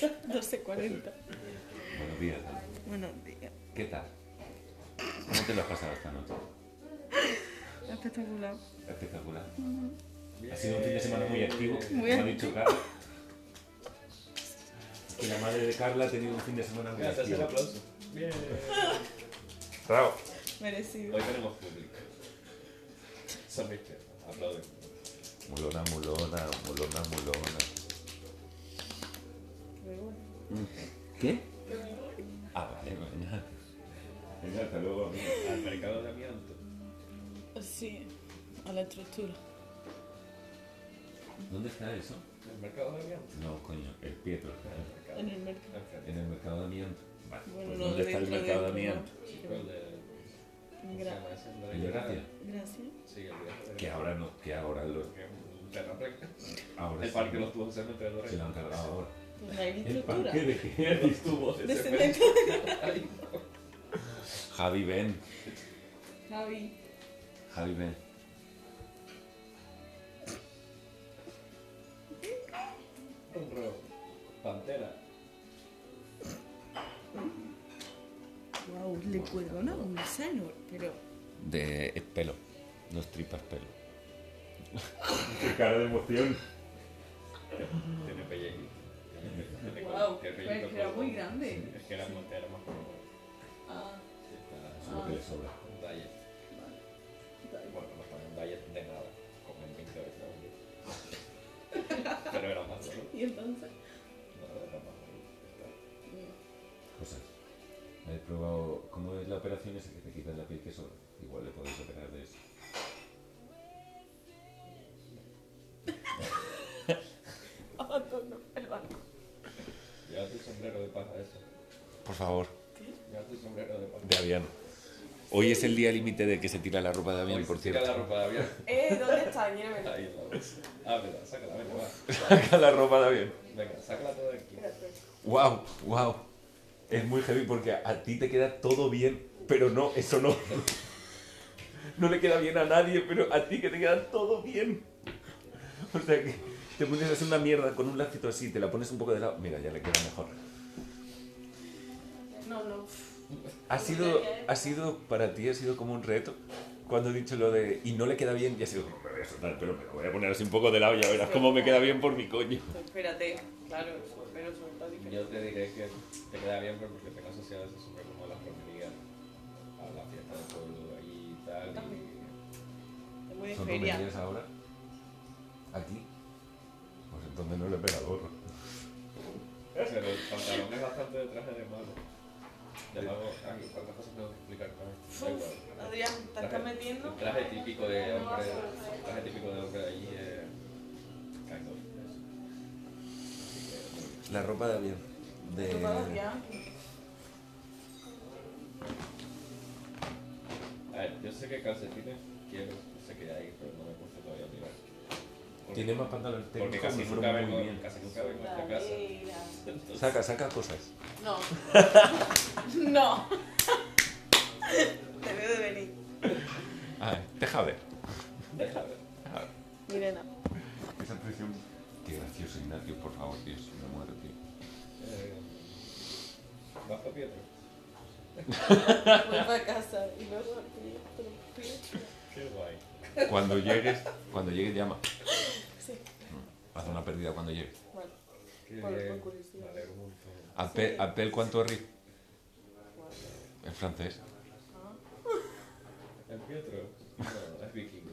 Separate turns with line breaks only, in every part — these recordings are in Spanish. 12.40.
Buenos días. Ana.
Buenos días.
¿Qué tal? ¿Cómo te lo has pasado esta noche?
Espectacular.
Espectacular. Ha sido un fin de semana muy activo,
Muy
como ha
activo.
dicho Carla. Es que la madre de Carla ha tenido un fin de semana muy
Gracias, el
activo.
aplauso. Bien.
Bravo.
Merecido.
Hoy tenemos público. Son mis piernas. Aplauden.
Mulona, mulona, mulona, mulona. ¿Qué? Ah, vale, venga. Venga, hasta luego. amigo.
Al mercado de amianto.
Sí, a la estructura.
¿Dónde está eso?
El mercado de amianto.
No, coño, el Pietro.
El mercado.
En el mercado.
Enfrente.
En el mercado de amianto. Vale,
Bueno,
pues
no,
¿dónde está el
dentro
mercado de
del
amianto?
Chico, el de- ¿cómo se
Gra-
llama ese? El de la
En Gracia.
Gracias.
Sí, el de-
Que ahora no, que ahora lo.
Que es un terraplex.
Ahora
El
Pues sí,
parque de los tubos cementeros.
se lo han cargado ahora.
Pues no hay
¿El
estructura.
parque de qué?
Los tubos de
De
cemento.
cemento.
Ay,
Javi, ven.
Javi.
Javi, ven.
Un robo. Pantera.
Wow, le cuelga una gusano, pero.
De es pelo. No es tripa, es pelo. Qué cara de emoción.
Tiene pellejo. Tiene
Wow,
pellejo.
pero es que era muy grande.
Es que era Montero más como.
Ah,
Eso es lo que le sobra.
Un diet. Bueno, no estaba en un diet de nada. Comen 20 veces al día. Pero era más solo.
y entonces.
No, era más solo.
Cosas. He probado. ¿Cómo es la operación esa que te quitan la piel que sobra? Igual le podéis operar de eso.
Abandono el barco.
Lleva tu sombrero de paja eso.
Por favor,
Lleva tu sombrero de paja.
de avión. Hoy es el día límite de que se tira la ropa de
Hoy
avión, por
se tira
cierto.
la ropa de avión.
Eh, ¿dónde está? Quiero ver.
Ahí en la bolsa. Ah, verdad, sácala, venga, va.
Saca la ropa de avión.
Venga, sácala toda de aquí.
¡Wow! ¡Wow! Es muy heavy porque a, a ti te queda todo bien, pero no, eso no. No le queda bien a nadie, pero a ti que te queda todo bien. O sea que te pones a hacer una mierda con un lacito así, te la pones un poco de lado. Mira, ya le queda mejor.
No, no.
Ha sido, ha sido para ti, ha sido como un reto. Cuando he dicho lo de y no le queda bien, ya ha sido como me voy a soltar, pero me lo voy a poner así un poco de lado, ya verás cómo me queda bien por mi coño.
Espérate. Claro, pero son tan
Yo te diré que te queda bien pero porque tengo asociado eso súper como a las romerías, a la fiesta del pueblo ahí y tal. Y...
Muy de feria.
ahora? ¿Aquí? Pues entonces no le pega el gorro.
Pero el pantalón es bastante de traje de mago. De mago, ay, cuántas cosas tengo que explicar también. Da igual.
Uf, Adrián, te
Traje-
estás metiendo.
Traje típico de hombre, traje típico de hombre ahí, eh, kind of, eso. Así que, muy bien.
La ropa de avión. De...
Tu padre ya.
A ver, yo sé que calcetines quiero, sé que hay, pero no me he puesto todavía a mirar. Porque-
Tiene más pantalones
Porque
técnicos,
casi
me fueron
nunca,
muy
vengo,
bien.
casi nunca vengo a esta casa. Entonces,
Saca, saca cosas.
Eh, No. no. Te veo de venir.
Ah, deja ver.
deja ver.
Mirena.
Esa presión. Qué gracioso, Ignacio, por favor, Dios, me muero, tío.
Eh, Bajo piedra.
Vuelvo a casa y luego aquí, pero, pero,
Qué guay.
Cuando llegues, cuando llegues llama. Mm,
Sí.
Haz una pérdida cuando llegues.
Vale.
Qué
Por- por
bien.
curiosidad.
Me alegro un montón.
Appel, appel cuanto arriba. En francés.
¿El Pietro? No, es vikingo.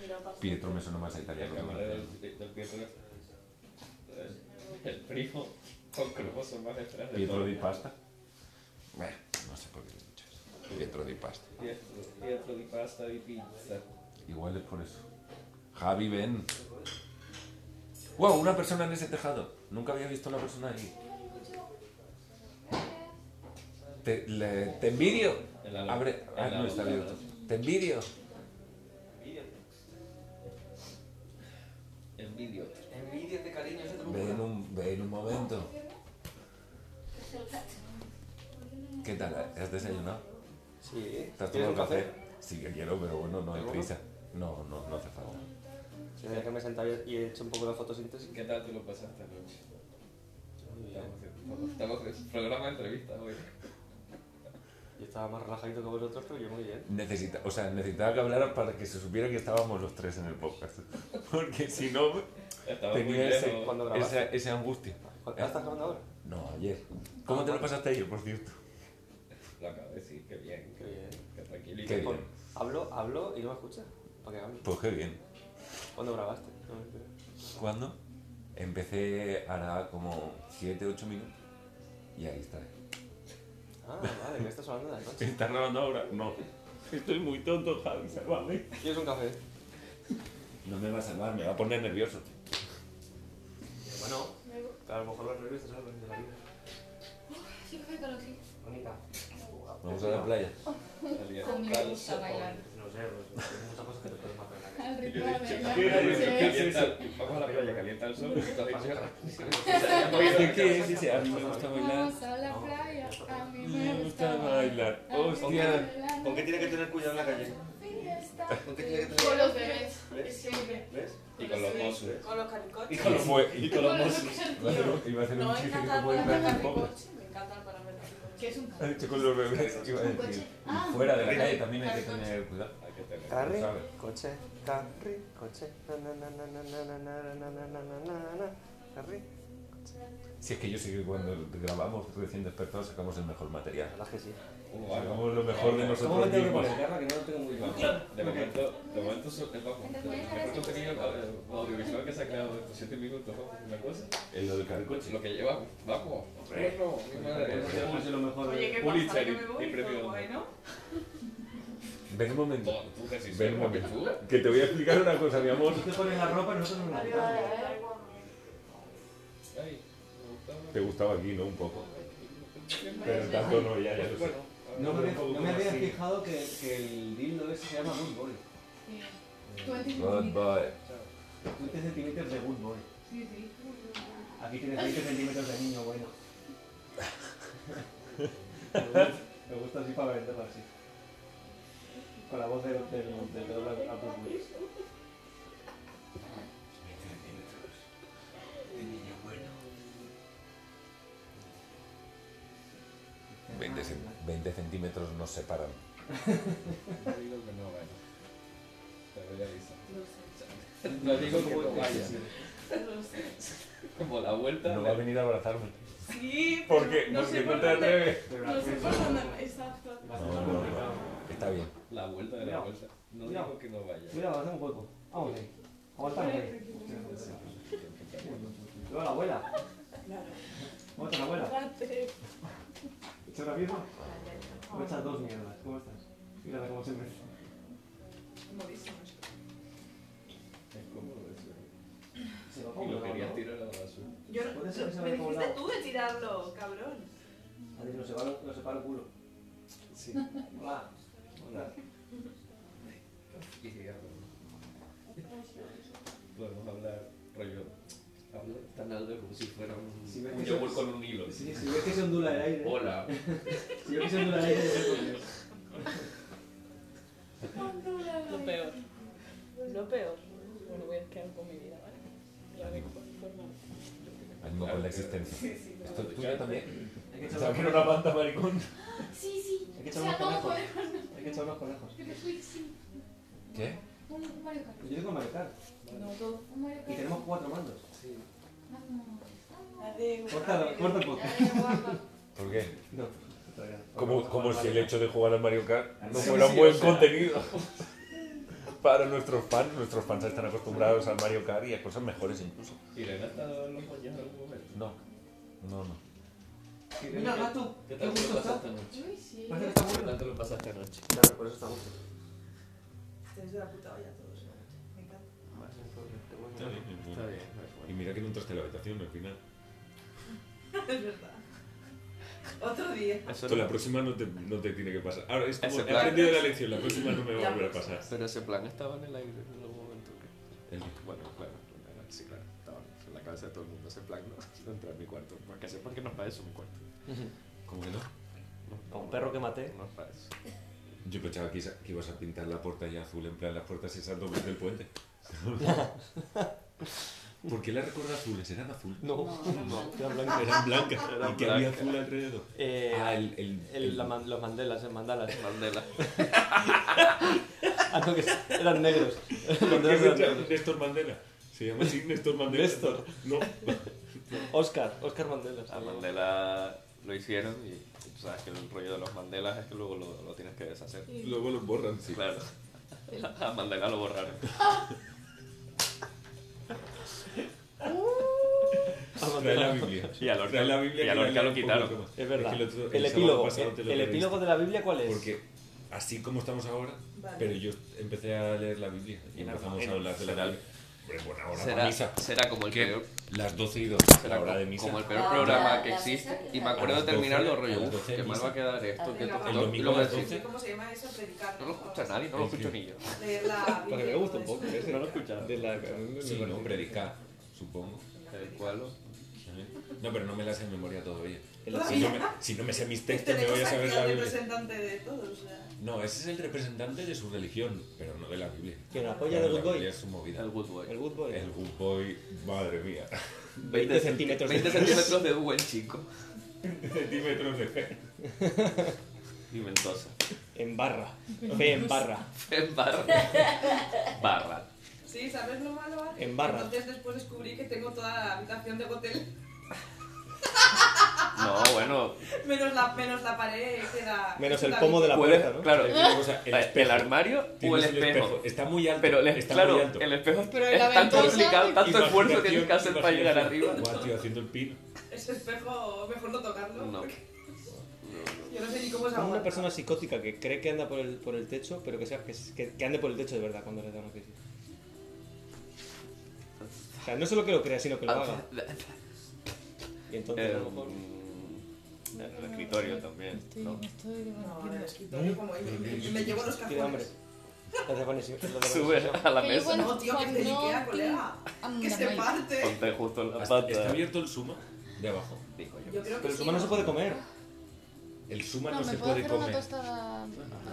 Mira, pasa.
Pietro me suena más a
El
italiano. que
camarero
francés.
del, del Pietro es el- el primo con cromosomas detrás de
Pietro
todo.
di pasta. Bueno, no sé por qué lo he dicho eso. Pietro di pasta.
Pietro, Pietro di pasta di pizza.
Igual es por eso. Javi, ven. ¡Wow! Una persona en ese tejado. Nunca había visto una persona allí. Te, le- te envidio.
En la-
Abre.
en
Ah,
la
no, está
boca.
abierto. Te envidio.
Envidio.
Envidia de cariño, ese truco.
Ven un, ven un momento. ¿Qué tal? ¿Has desayunado?
Sí.
¿Te has
¿Quieres
tomado
un
café? Sí, que quiero, pero bueno, no hay
¿Alguno?
prisa. No, no, no hace falta.
Sí, déjame sentar y he hecho un poco de fotosíntesis.
¿Qué tal tú lo pasaste anoche? Estamos haciendo- Estamos en programa de entrevistas hoy.
Yo estaba más relajadito que vosotros, pero yo muy bien.
Necesita, o sea, necesitaba que hablara para que se supiera que estábamos los tres en el podcast. Porque si no,
Estamos muy
tenía ese,
lejos.
cuando grabaste.
esa, esa angustia.
¿Ah, ¿Estás grabando ahora?
No, ayer. ¿Cómo te lo pasaste ayer, por cierto?
Lo acabo de decir, qué bien.
Qué bien.
Qué tranquilo y
Qué
qué
bien.
bien.
Hablo, hablo y no me escuchas. ¿Para qué hablo?
Pues qué bien.
¿Cuándo grabaste? No me entero.
¿Cuándo? Empecé hará como 7, 8 minutos. Y ahí está.
Ah, vale, que me estás hablando de la noche.
¿Estás grabando ahora? No. Estoy muy tonto, Javi, sálvame.
¿Quieres un café?
No me va a salvar, me va a poner nervioso.
Bueno, a lo mejor los nervios te salvan de la vida.
Yo creo que lo que
Bonita.
Vamos a la playa.
Salía
a mí me gusta bailar.
No sé, pues hay muchas cosas que te pueden matar en la
Al
Y yo
ritmo
he
de
dicho, "Calienta-
bailar. Sí.
Vamos a la playa, calienta el sol. y tú has dicho,
¿Qué, qué es ese? A mí me gusta bailar.
Vamos a la playa. A mí
Me gusta bailar. Oh,
A mí me
Hostia.
bailar.
¿Con qué tiene que tener cuidado en la calle?
Fiesta.
¿Con qué tiene que tener
Con los bebés.
¿Ves?
Siempre.
¿Ves?
Y con los mozos.
Con los caricoches.
Y fue. y-
Con los
Iba a hacer
caricoches.
un- iba a hacer
No
un
me
chiste que
encanta
no
el
puede
palabra
entrar tampoco.
caricoche. Me encanta el palabra caricoche.
¿Qué es un
Ha
carro?
dicho con los bebés. Iba a
¿Un
decir.
coche? Ah.
Fuera de la
Carricoche.
calle también hay que tener cuidado.
Hay que tener-
Carri,
¿Sabes?
coche, carri, coche, na na na na na na na na na na na na na na carri.
Si es que yo sé que cuando grabamos recién despertados sacamos el mejor
La
material.
verdad es que sí.
Uh, vamos.
Sacamos lo mejor de nosotros mismos.
que no tengo muy
De momento, de momento, so- eh, vamos, de momento contenido eh, audiovisual que se ha creado en estos 7 minutos, vamos, una cosa.
El lo del carricoche.
Lo que llevamos, vamos. Bueno, mi madre.
lo mejor.
Oye, ¿qué pasa?
Pulitzer
Que
y-
me
y
voy
premio
Fue
Nobel.
bueno.
Ven un momento.
Todo, tú que sí,
Ven
sí,
un momento.
tú.
Que te voy a explicar una cosa, mi amor.
te pones la ropa y nosotros nos
Adiós, adiós.
Ay, me gustaba.
Te gustaba aquí, ¿no? Un poco. Pero tanto no, ya, ya lo sé.
Bueno, no
me- no me había
fijado que, el dildo ese se llama Good Boy.
Sí.
Eh,
Tú antes de
Good
venir.
boy.
Tú centímetros de Good Boy.
Sí, sí.
Aquí tienes 20 centímetros de niño bueno. Me gusta así para venderlo así. Con la voz del del del dedo a De niño bueno.
20, cen- 20 centímetros nos separan.
no digo que no vaya. Pero ya avisa.
No sé.
No digo que no vaya.
No sé.
Como la vuelta.
No va a venir a abrazarme.
Sí, pero
¿Por qué?
no
Porque
sé
no
por
te
dónde.
atreves.
No sé por dónde. Exacto.
No, no, no. Está bien.
La vuelta de la
Cuidado.
vuelta. No
Cuidado.
digo que no vaya.
Cuidado, haz un hueco. Vamos ahí. Aguantamos ahí. Luego la abuela. ¿Cómo estás, abuela?
Espérate.
¿Echas la pierna? ¿O echas dos mierdas? ¿Cómo estás? Mírala cómo se merece.
Modísimos.
Es cómodo eso.
Se lo
Y
pongo,
lo querías
¿no?
tirar a la basura.
Yo no,
Puede ser que se
me
vea como
dijiste
la-
tú de tirarlo, cabrón.
Adri, lo separo, lo separo el culo.
Sí.
Hola. Hola.
Y digamos, Podemos hablar, rollo. Hablo tan alto como si fuera un,
Si ves
un
que
yogur
sos-
con un hilo.
Si, si ves que se ondula el aire.
Hola.
Si ves que se ondula el aire, ya coño.
Lo peor. Lo peor. Bueno, voy a quedar con mi vida, ¿vale? La de
Ánimo con la existencia.
Sí, sí.
Esto es tuyo también.
Hay que
O
echar
sea,
unos
que era una banda maricón.
Sí, sí.
Hay que
O
echar unos
sea, no
conejos.
podemos.
Hay que echar unos conejos.
Pero fui, sí.
¿Qué?
Un Mario Kart.
Pues yo tengo Mario Kart.
No todo.
Un Mario
Y
Kart. Ah,
tenemos cuatro mandos.
Adiós.
Corta, corta el podcast.
¿Por qué?
No, todavía no.
Como, como si el hecho de jugar al Mario Kart no
Sí,
fuera
sí,
un
o
buen
sea.
contenido. Para nuestros fans, nuestros fans están acostumbrados al Mario Kart y a cosas mejores incluso.
Irene ha estado en los coños en algún momento.
No, no, no.
Irene,
Mira,
¿qué-
gato.
¿Qué
Qué
tal te lo
gusto está.
pasaste anoche?
Uy, sí.
Parece que está
¿Qué
bueno.
tal te lo pasaste anoche?
Claro, por eso estamos.
Estáis de la puta olla todos. Me encanta.
Está bien, me fue.
Y mira que no entraste en la habitación al final.
Es verdad. Otro día.
Esto la próxima no te, no te tiene que pasar. Ahora es como,
Ese
he
plan.
aprendido la lección, la próxima no me va a
La
volver a
próxima.
pasar.
Pero ese plan estaba en el aire en algún momento. ¿qué?
El-
Bueno, claro, claro, sí, claro. Estaba en la cabeza de todo el mundo ese plan, ¿no? De entrar en mi cuarto. Porque sepan que no es para eso mi cuarto.
¿Cómo que no?
No,
A un perro que maté.
No es para eso.
Yo pensaba que, isa- que ibas a pintar la puerta ya azul, en plan las puertas esas dobles del puente. ¿Por qué la recuerda azul? ¿Eran azul?
No, no, era blanca.
Eran blancas.
Eran
¿Y que había
blancas.
azul alrededor?
Eh,
Ah, el... el,
el-
el-
la man- los mandelas, el mandalas.
Mandela.
Ah, no, que eran negros. Los
¿Por qué
mandalas
se
eran
llama
negros.
Néstor Mandela? Se llama así Néstor Mandela.
Néstor.
No.
Oscar, Oscar Mandelas.
Ah,
A Mandela lo hicieron y tú sabes que el rollo de los Mandelas es que luego lo, lo tienes que deshacer.
Luego los borran, sí.
Claro. A Mandela lo borraron.
Ah,
Trae
Mandela.
la Biblia.
Y al Orca-
Trae la Biblia
y al
que la
Orca lo
leo un poco
quitaron.
más.
Es verdad.
que el, otro-
el,
el sábado
epílogo. ¿eh?
pasado te
El,
lo
el
leí.
epílogo de la Biblia, ¿cuál es?
Pues-
Porque así como estamos ahora,
Vale.
pero yo empecé a leer la Biblia y
En
empezamos
Armagedón.
a hablar de la Biblia. Hombre, bueno, ahora para
Será,
misa.
será como el
¿Qué?
peor,
Las 12 y 2,
será
la hora de
como,
misa.
como el peor
Ah,
programa
la-
que
la
existe.
misa que
Y me
está-
A
acuerdo
las
de terminarlo,
12, a
rollo,
las
uff,
12
qué mal
misa.
va a quedar esto. Que
El
to-
domingo
y
a
luego
las
decir,
12.
¿Cómo se llama eso? Predicar.
no lo escucha nadie, no lo
Sí,
escucho
sí.
ni yo.
Leer la
Para que me
Biblia,
guste un
todo
poco,
eso.
¿eh? no lo he escuchado.
De la...
Sí, no, predicar, supongo.
El cual,
No, pero no me la sé en memoria todavía.
El
Si no me, si no me sé mis textos, me voy
Tenemos
a saber
Este aquí
la
al
Biblia.
representante de todos. o sea.
No, ese es el representante de su religión, pero no de la Biblia.
Que la
Claro,
polla de
la
Good
Biblia
Boy.
es su movida.
el Good Boy.
El Good Boy.
El Good Boy, madre mía.
20 centímetros. de-
20 centímetros de buen chico.
Centímetros de fe.
Y ventosa.
En barra. Fe en barra.
En barra. Barra.
Sí, ¿sabes lo malo? Ale?
En barra.
Entonces después descubrí que tengo toda la habitación de hotel,
No, bueno,
menos la, menos la pared que da...
Menos
que
el
da
pomo de la
Puede-
puerta, ¿no?
Claro,
Es una cosa, el
el,
espejo.
armario o el
Tienes
espejo.
Está muy alto.
Pero el, es-
está
claro,
muy alto.
el espejo
Pero
es
la
tan
ventosa-
complicado, tanto esfuerzo tienes que hacer
Imaginación,
para llegar arriba.
imaginación. Guau, tío, haciendo el pino.
Ese espejo, mejor no tocarlo.
No.
porque Yo no sé ni cómo se
Como
aguanta.
una persona psicótica que cree que anda por el, por el techo, pero que, sea, que, que- que ande por el techo de verdad cuando le da una crisis. O sea, no solo que lo crea, sino que lo haga. Y entonces a
Ah, Eh,
lo mejor...
En el escritorio también.
Estoy,
¿no?
estoy
No, en el
divertida.
¿Mm?
escritorio como ahí. me- Me llevo los
Tiene hambre.
cajones.
Las desvaneci- las
Sube
desvanecidas.
a la
Que
mesa,
igual-
No, tío, que es de
Cuando-
Ikea, colega.
Anda,
Que se
Mike.
parte.
ponte justo en la
Hasta- ¿Está
pata.
abierto el suma? De abajo.
Dijo yo.
Yo creo que
Pero el
sí,
suma no se puede comer.
El suma no,
No, me
se
puedo
puede
hacer una
comer.
tostada.
Ah,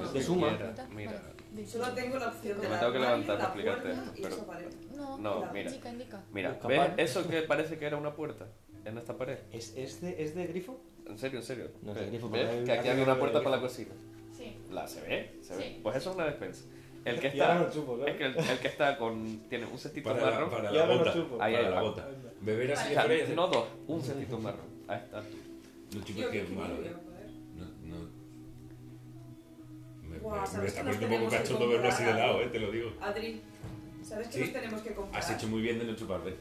Es de suma.
Fruta,
Mira,
vale. Dice-
Solo tengo la opción de
Me
la
tengo que
armario,
levantar
la
para explicarte
puerta
esto,
y
pero-
esa pared.
No,
No, mira.
Indica, indica.
mira,
Busca
¿ves
pan.
eso que parece que era una puerta? En esta pared.
¿Es, es, de, ¿Es de grifo?
En serio, en serio.
No,
¿Ves?
el grifo,
¿Ves?
porque hay-
Que aquí
hay
había
una
una puerta
grifo.
para la cocina.
Sí.
La, se ve, se ve.
Sí.
Pues eso es una despensa. El que
Y ahora
está,
no chupo, claro.
es que el, el que está con, tiene un cestito
Para la,
marrón.
para
Y
la
ahora lo
bota.
chupo.
Ahí,
para
ahí
la
va.
bota. Beber así
O
de
sea,
frío y hacer-
no dos, un cestito marrón. Ahí está.
No, chico,
Tío,
que
qué
es malo.
turbio,
eh.
joder.
No, no. Me,
Guau,
me- me
¿sabes
está
que
poniendo un
nos
poco
tenemos que
cachondo verlo así de
comprar
lado,
algo?
eh, te lo digo.
Adri, ¿sabes que
Sí.
nos tenemos que comprar?
Has hecho muy bien de no ¿eh? chuparte.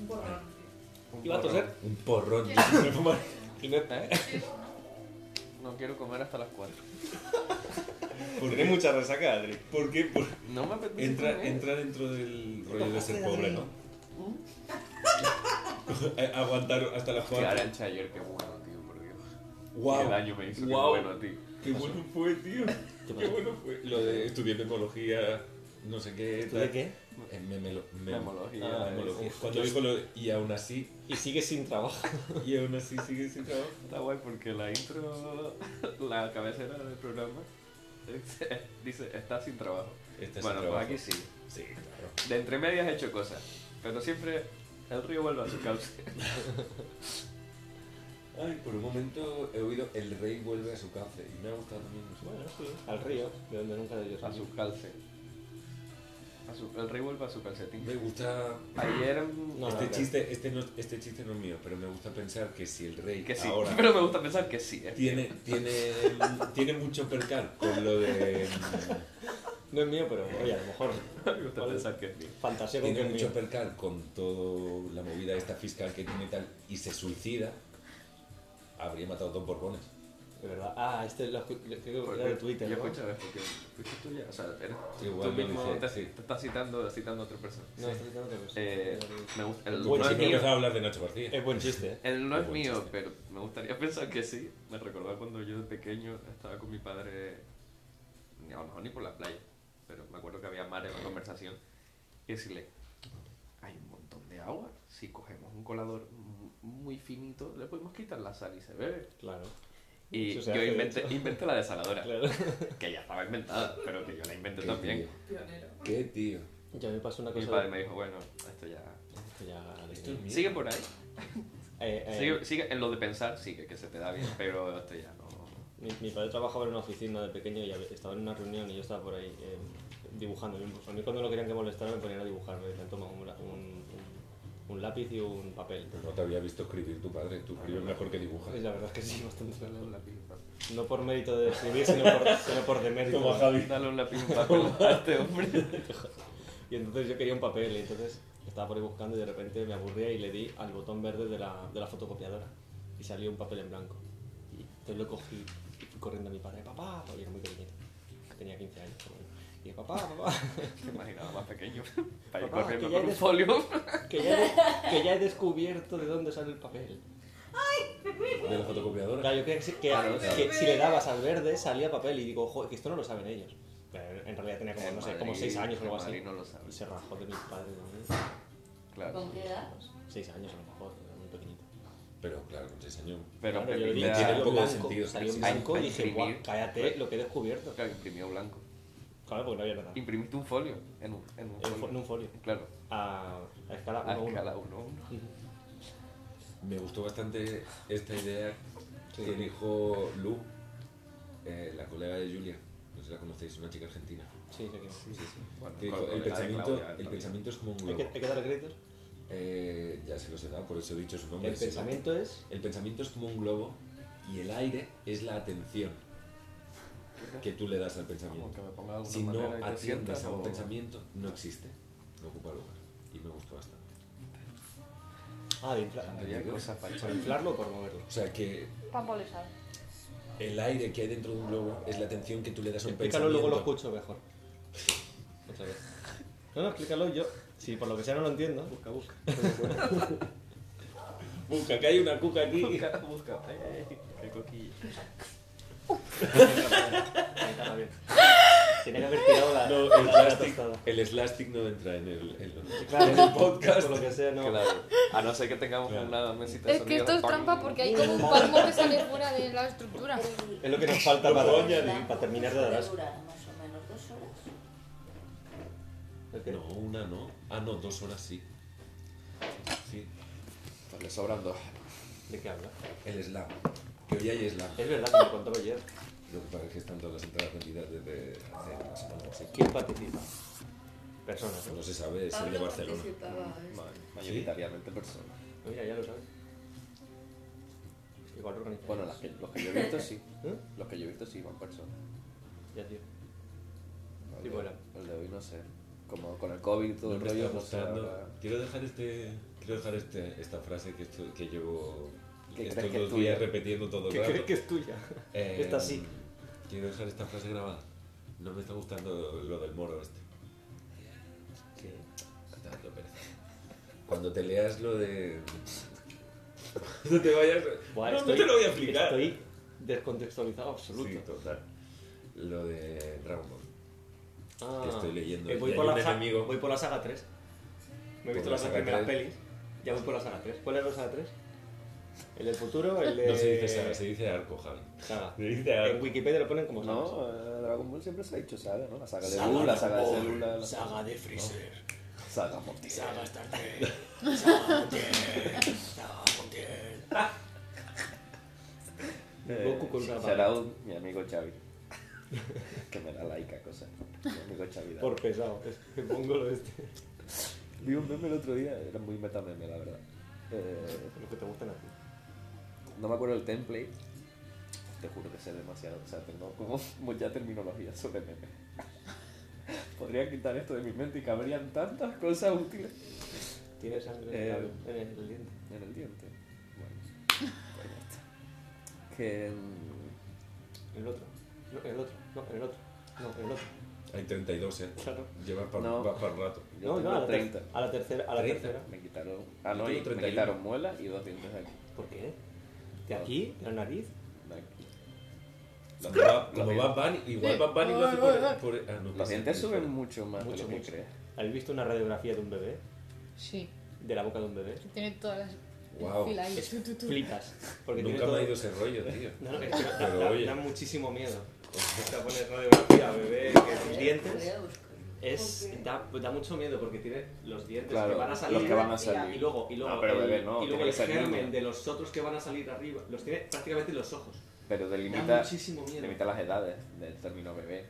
Un borrón.
Iba a toser.
Un porrón. tío. Me fumo-
Y no-
No quiero comer hasta las 4.
¿Por
Tiene
qué?
mucha resaca, Adri.
¿Por qué? Por-
No me apetece.
Entra,
comer.
entra dentro del rollo de ser pobre, ¿no? Eh, Aguantar hasta las
Qué
cuatro.
arancha ayer, qué bueno, tío, por Dios. Qué
¡Guau!
daño me hizo,
Guau.
qué bueno, tío.
¡Qué bueno fue, tío! ¡Qué bueno fue! Lo de estudiar ecología, no sé qué.
¿Tú de
tal.
qué?
Eh, memelo- mem-
Memología. eh,
Ah, memología.
sí.
Cuando dijo lo de- y aún así,
Y sigue sin trabajo.
y aún así sigue sin trabajo.
Está guay porque la intro, la cabecera del programa, dice- dice, está sin trabajo.
Está
bueno,
sin
pues
Este trabajo.
aquí sí.
Sí, claro.
De entre medias he hecho cosas, pero siempre el río vuelve a su cauce.
Ay, por un momento he oído El Rey vuelve a su cauce y me ha gustado también mucho.
Bueno, sí. Al río, de donde nunca debió
A
salir.
su calce. A su- el rey vuelve a su calcetín.
Me gusta
Ayer... mm,
No,
este
no, no.
chiste, este no, este chiste no es mío, pero me gusta pensar que si el rey
Que sí,
ahora
pero me gusta pensar que sí. ¿eh?
tiene, tiene, tiene mucho percal con lo de
No es mío, pero oye, a lo mejor.
Me gusta pensar que sí.
Fantasía con que
tiene
es mío.
mucho percal con toda la movida esta fiscal que tiene y tal y se suicida, habría matado dos borbones.
De verdad. Ah, este lo escu- lo- creo que era de Twitter,
Pues Yo
¿no?
escucho, ¿ves? Porque fuiste tú ya. O sea, eres-
Igual
tú
no
mismo
dice,
te,
sí.
te estás citando, citando a otra persona.
No, está diciendo otra cosa.
Eh, me gusta, el,
Buen
no
Bueno,
es
chiste.
no he
mío,
empezado a hablar de Nacho García.
Es buen chiste, ¿eh?
el no es
Buen
mío,
chiste.
pero me gustaría pensar que sí. Me recordaba cuando yo de pequeño estaba con mi padre, ni a lo mejor ni por la playa, pero me acuerdo que había mar en la conversación, y decirle, hay un montón de agua, si cogemos un colador mu- muy finito, le podemos quitar la sal y se bebe.
Claro.
Y
Eso se
yo
hace, de
inventé,
hecho.
inventé la desaladora,
Claro.
que ya estaba inventada, pero que yo la inventé
Qué
también.
tío,
Pionero.
Qué tío.
Ya me pasó una
Mi
cosa.
padre me dijo, bueno, esto ya...
Esto ya-
Esto es mío.
Sigue por ahí.
Eh, eh,
Sigue, sigue en lo de pensar, sigue, que se te da bien, pero esto ya no...
Mi, mi padre trabajaba en una oficina de pequeño y hab- estaba en una reunión y yo estaba por ahí eh, dibujando. A mí cuando no querían que molestara me ponían a dibujar. Me habían tomado un, la- un, un- un lápiz y un papel.
Pero no te había visto escribir tu padre. Tú escribes mejor que dibujas.
Y la verdad es que sí, bastante. No por mérito de escribir, sino por, sino por demérito.
Toma, Javi.
Dale un lápiz un papel a este hombre.
Y entonces yo quería un papel y entonces estaba por ahí buscando y de repente me aburría y le di al botón verde de la, de la fotocopiadora y salió un papel en blanco. Y entonces lo cogí y fui corriendo a mi padre, papá, porque era muy pequeñito, tenía 15 años. pero bueno. Y yo, papá, papá,
Me imaginaba más pequeño. Para ir
Papá,
corriendo
que ya
con un
eres-
folio.
que ya, he, que ya he descubierto de dónde sale el papel.
De la fotocopiadora.
Claro, yo creía que, si- que-
Ay,
que
bebé.
si le dabas al verde salía papel y digo, joder, que esto no lo saben ellos. Pero en realidad tenía como,
En
no sé, como
Madrid-
6 años o algo
en
así.
Madrid no lo saben.
Y se rajó de mi padre también.
Claro.
¿Con qué edad?
6 años a lo mejor, era muy pequeñito.
Pero claro, con seis años.
Pero
Claro, yo
Pepín
vi
le
que
da-
tiene
salió
un poco de
blanco,
sentido,
salió
sí,
en
sí.
blanco y
Para
dije,
imprimir.
guau, cállate lo que he descubierto.
Claro, imprimió blanco.
Claro, porque no había nada.
Imprimiste un folio en un, en un
En
folio.
fo- en un folio.
Claro.
A, a escala
A
1 1.
escala 1 1.
Me gustó bastante esta idea
Sí.
que dijo Lu, eh, la colega de Julia. No sé si la conocéis, una chica argentina.
Sí, sé que no.
Bueno,
Que dijo,
con- con
el,
la de
pensamiento,
Claudia
el
también.
pensamiento es como un
Hay que,
globo.
hay que dar gritos.
Eh, ya se los he dado, por eso he dicho su nombre.
El
sí, ¿no?
pensamiento es.
El pensamiento es como un globo y el aire es la atención que tú le das al
Como
pensamiento.
que me ponga de alguna
Si no
manera y te
atiendes
sientas
a un
o-
pensamiento, no existe, no ocupa lugar. Y me gustó bastante.
Ah, de inflar.
Había cosas para
¿Por inflarlo o por moverlo?
O sea que
Pambolesar.
el aire que hay dentro de un globo es la atención que tú le das a un
Explícalo, luego lo
pensamiento.
escucho mejor. Otra vez. No, no, explícalo yo. Si por lo que sea no lo entiendo. Busca, busca.
Busca, que hay una cuca aquí.
Busca, busca. Ay, ay, qué coquilla.
Tiene que haber tirado la.
No,
la-
el
la
plastic,
tostada.
el slastic no entra en el, en el-
Claro,
en el podcast.
Por lo que sea, no.
Claro. A no ser que tengamos
Claro.
una mesita de
Es que
sonido
esto es
¡pam!
trampa porque hay como un palmo que sale fuera de la estructura.
Es lo que nos falta
Lo puedo
para,
añadir.
para terminar de dar asco.
Dura más o menos dos horas.
¿El qué?
No, una no. Ah, no, dos horas sí. Sí.
Pues le sobran dos.
¿De qué habla?
El slam. Que hoy hay slam.
Es verdad que me contó ayer.
Lo que pasa es que están todas las entradas vendidas desde hace una semana o así.
¿Quién participa? Personas, ¿eh?
No
¿no?
se sabe, es el de
Pablo
Barcelona.
participaba. ¿eh?
Ma- Mayoritariamente personas.
Mira, ya lo sabes. Igual organizado.
Bueno, las que, los que yo he visto sí.
¿Eh?
Los que yo he visto sí van personas.
Ya, tío.
El
Sí,
de-
bueno.
El de hoy no sé. Como con el COVID y todo
No
el
me
rollo,
está
no sé.
gustando.
ahora-
Quiero dejar este. Quiero dejar este, esta frase que, estu- que llevo
¿Qué
estos
crees que es
dos
tuya?
días repitiendo todo el
¿Qué crees
rato.
que es tuya?
Eh,
Esta sí.
Quiero dejar esta frase grabada. No me está gustando lo del moro este. Está dando pereza. Cuando te leas lo de. no te vayas.
Buah,
no, no
estoy-
te lo voy a explicar.
Estoy descontextualizado absoluto.
Sí, total. Lo de Dragon Ball.
Ah,
que estoy leyendo.
eh, voy,
Y
por
hay
la
un
sa-
enemigo.
voy por la saga 3. Me he
Por
visto
la
las
saga
primeras
3.
pelis. Ya voy por la saga 3. ¿Cuál es la saga 3? ¿El del futuro? ¿El de.?
No se dice saga, se dice arco, Javi.
saga.
Se dice
En
arco.
Wikipedia lo ponen como sagas.
No, eh, Dragon Ball siempre se ha dicho saga, ¿no? La saga de Buu, la saga de
Ball,
Célula, la
Saga de Freezer.
saga Morty.
Saga Star Trek. Saga Montiel. Saga Montiel.
Eh,
Goku con una
será
bala.
un- mi amigo Xavi. que me da laica cosa. Mi amigo Xavi. da-
Por pesado. Es que pongo lo este.
Vi un meme el otro día, era muy metameme, la verdad. Eh,
Lo que te gustan a ti.
no me acuerdo el template. Te juro que sé demasiado. O sea, tengo como mucha terminología sobre meme. Podría quitar esto de mi mente y cabrían tantas cosas útiles
Tiene sangre en
Eh,
el labio- en el diente.
en el diente. Bueno, pues ya está. Que. mm,
En el otro. No, en el otro. No, en el otro. No, en el otro.
Hay 32, ¿eh?
Claro.
Llevas para
No.
un rato.
Yo
no,
tengo
no, a la, ter-
30.
a la tercera. A la
30.
tercera.
Me quitaron. Ah,
Yo
no, y
tengo
me
31.
quitaron muelas y dos dientes de aquí.
¿Por qué? De aquí, de la nariz.
de aquí.
Como va-
Los
Como
dientes.
Bad Bunny, igual Bad Bunny lo hace por- por. ah, no,
Los
pasa.
dientes suben mucho más de
Mucho,
lo que
mucho.
crees.
¿Habéis visto una radiografía de un bebé?
Sí,
De la boca de un bebé.
que tiene todas las
Guau.
filas ahí.
Es- flipas. Porque tiene
Nunca
todo-
me ha ido ese rollo, tío.
No, no, es que da,
Pero
da-
oye.
da muchísimo miedo. O sea, pones radiografía, bebé, que sus dientes.
Voy a buscar.
es, da, da mucho miedo porque tiene los dientes que van a salir.
los que van a
Y
salir.
luego, y luego,
No, pero
el,
bebé,
y
no, tiene
luego
que
el
ser niño.
germen de los otros que van a salir arriba, los tiene prácticamente en los ojos.
Pero
Da
delimita,
muchísimo miedo.
delimita las edades del término bebé.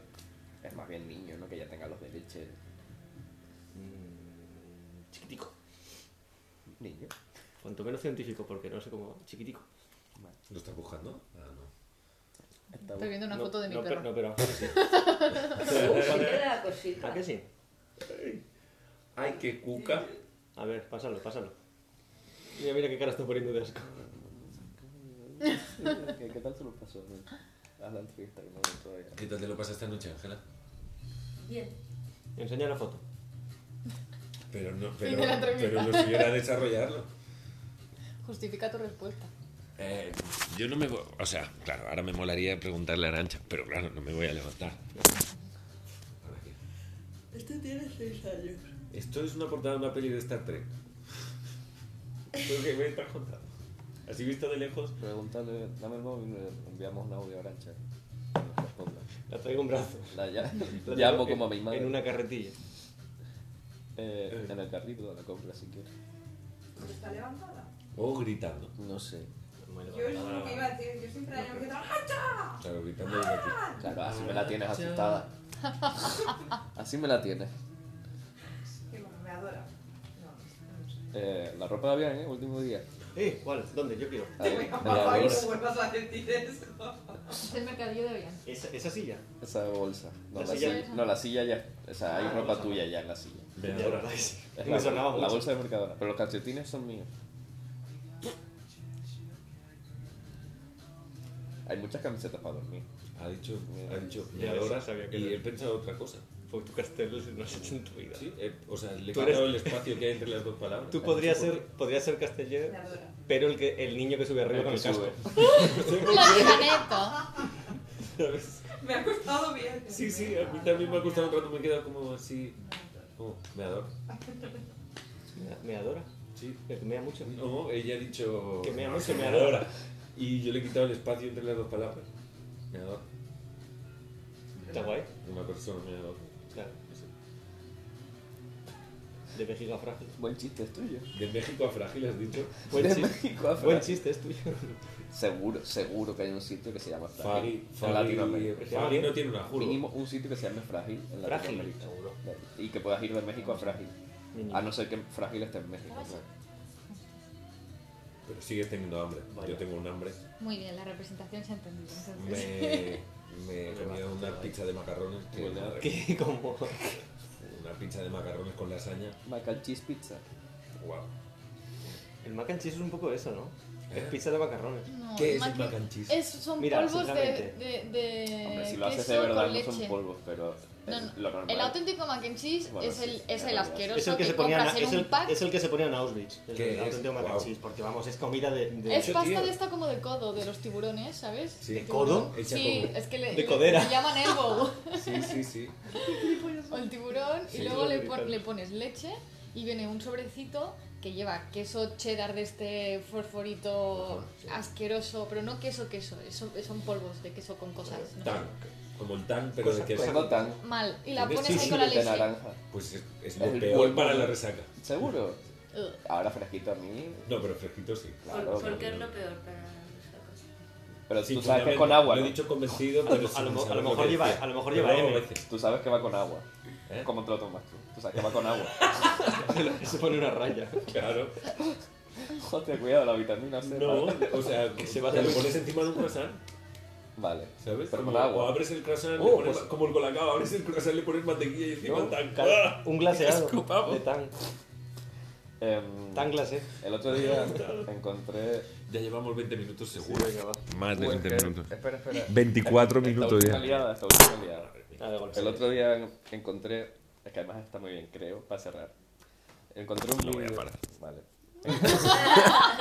Es más bien niño, ¿no? Que ya tenga los de leche.
Mm, chiquitico.
Niño.
Cuanto menos científico, porque no sé cómo. Chiquitico.
¿Lo estás buscando? Ah, no.
Estoy viendo una
No,
foto de mi
no,
perro.
pero- No, pero ahora sí.
Era la cosita.
¿A qué sí?
Ay, qué cuca.
A ver, pásalo, pásalo. Mira, mira qué cara está poniendo de asco.
¿Qué, qué tal se lo pasó? Haz la entrevista que no veo todavía.
¿Qué tal te lo pasaste anoche, Ángela?
Bien.
Enseña la foto.
Pero no,
Fin
pero,
de la entrevista.
pero lo suyo era desarrollarlo.
Justifica tu respuesta.
Eh, yo no me voy. O sea, claro, ahora me molaría preguntarle a Arancha, pero claro, no me voy a levantar. Ahora que-
Este tiene seis años.
Esto es una portada de una peli de Star Trek. Esto es lo que me estás contando. Así visto de lejos.
Pregúntale, dame el móvil, le enviamos un audio a Arancha. Responda.
La traigo en brazo.
La ya-
La
llamo
traigo
como a mi
en-
madre.
En una carretilla.
Eh, en el carrito de la compra, si quieres.
¿Está levantada?
O gritando.
No sé.
Yo es lo que iba a decir, yo siempre había que
Claro, gritando desde aquí.
Claro, así me la tienes asustada. Así me la tienes.
Que me adora. No,
Eh, la ropa de bien, ¿eh? Último día.
Eh, ¿cuál? ¿Dónde? Yo quiero.
Ahí,
no,
me la
no
bolsa.
vuelvas a decir eso.
Es el mercadillo de bien.
Esa, esa silla.
Esa bolsa. No,
La
la,
silla.
silla, no, la silla ya. O sea, hay
Ah, la
ropa
bolsa.
tuya ya en la silla.
Ve
Ya,
ahora.
¿verdad?
Es
Me
la,
sonaba
la
mucho.
bolsa de Mercadona. Pero los calcetines son míos. Hay muchas camisetas para dormir.
Ha dicho, ha dicho, me
Ya ves,
adora
sabía que
y
era.
he pensado otra cosa.
Fue tu castelo si no has hecho en tu vida.
Sí, eh, o sea, le he
Tú eres-
quitado el espacio que hay entre las dos palabras.
Tú podrías ser, podrías ser castellero,
Me adora.
pero el, que, el niño que sube arriba
El
con
que
el casco.
sube.
¡Planeto!
¿Sabes?
Me ha costado bien.
Sí, sí, a mí también me ha gustado un rato, me he quedado como así. Como, me adora.
Me- Me adora.
Sí.
Me mea mucho.
No, ella ha dicho.
Que me
no,
amo,
que
que me
adora. Y yo le he quitado el espacio entre las dos palabras. Me adora.
Está guay.
Una persona me adora.
Claro. De vejiga frágil.
Buen chiste es tuyo.
De México a frágil has dicho.
Buen
De
chiste.
México a
Buen
Francia.
chiste es tuyo.
Seguro, seguro que hay un sitio que se llama
Fari,
Frágil. en
Fari,
Latinoamérica.
Fari no tiene una juro.
Mínimo un sitio que se llame Frágil en
Frágil,
Latinoamérica.
seguro.
Y que puedas ir de México a Frágil.
Mínimo.
A Ah, no ser que Frágil esté en México.
Vaya.
claro.
Pero sigues teniendo hambre. Yo tengo un hambre.
Muy bien, la representación se ha entendido. entonces.
Me, me he comido una pizza de macarrones. que
Bueno,
nada,
Que como.
Una pizza de macarrones con lasaña.
Mac and cheese pizza.
Eh,
Guau.
El mac and cheese es un poco eso, ¿no?
Eh.
Es pizza de macarrones.
No,
¿Qué es
más
el
que-
mac and cheese?
es- son
Mira,
polvos de,
sinceramente.
de, de
Hombre, si lo haces
queso
de verdad
con
no son
leche.
polvos, pero
No,
es
no.
lo normal.
El auténtico mac and cheese
Bueno,
es el,
sí,
es
la
el
verdad.
asqueroso
Es el que se ponía
compras
en,
en
es
un
el,
pack.
es el que se ponía en Auschwitz. Es
¿Qué
el
es?
auténtico mac and
Guau.
cheese, porque vamos, es comida de. de-
Es
Yo,
pasta
tío.
de esta como de codo, de los tiburones, ¿sabes?
Sí.
De
codo?
tiburón.
Hecha
Sí,
con-
es que le,
de
le-
codera.
le llaman elbow.
Sí, sí, sí.
O el tiburón
Sí,
y luego
los
le,
americanos.
pon- le pones leche y viene un sobrecito que lleva queso cheddar de este fosforito asqueroso, pero no queso queso, eso- son polvos de queso con cosas. no sé.
Tan. Como el tan, pero de
Cosa-
queso.
Pues no tan.
Mal. Y la
Sí,
pones
sí,
ahí
sí,
con la
de
leche.
naranja.
Pues es, es
Es
lo
el
peor
polvo.
para la resaca.
¿Seguro?
Ugh.
Ahora fresquito a mí.
No, pero fresquito sí.
Claro,
¿Por, por
claro.
qué es lo peor para esa cosa?
Pero
Sí,
tú sabes que es
fundamento.
con agua,
Lo he
¿no?
dicho convencido, pero
a lo
sin
mo- a
saber
lo mejor
que
lleva-
decía.
a lo mejor
Pero
lleva
luego
M.
veces.
Tú sabes que va con agua.
¿Eh?
¿Cómo te lo tomas tú? Tú sabes que va con agua.
se pone una raya.
Claro.
Hostia, cuidado, la vitamina C.
No, o sea,
Que se
se
va a
te lo
hacer-
pones encima de un croissant,
Vale.
¿sabes?
Pero
Como,
con agua.
O abres el croissant, le
Oh,
pones-
pues-
como el colacao, abres el croissant, le pones mantequilla y encima
¿no?
tan.
Ca- Un glaseado.
Asco, pavo.
De tan,
Em,
tan glacé.
el otro día encontré.
Ya llevamos 20 minutos seguro.
Más de
Uy,
20
es que-
minutos.
eh,
Espera, espera.
24
Esta
minutos ya.
última liada, esta última liada. El
El
otro día encontré, es que además está muy bien, creo, para cerrar. Encontré un
Lo voy a
libro-
parar.
Vale.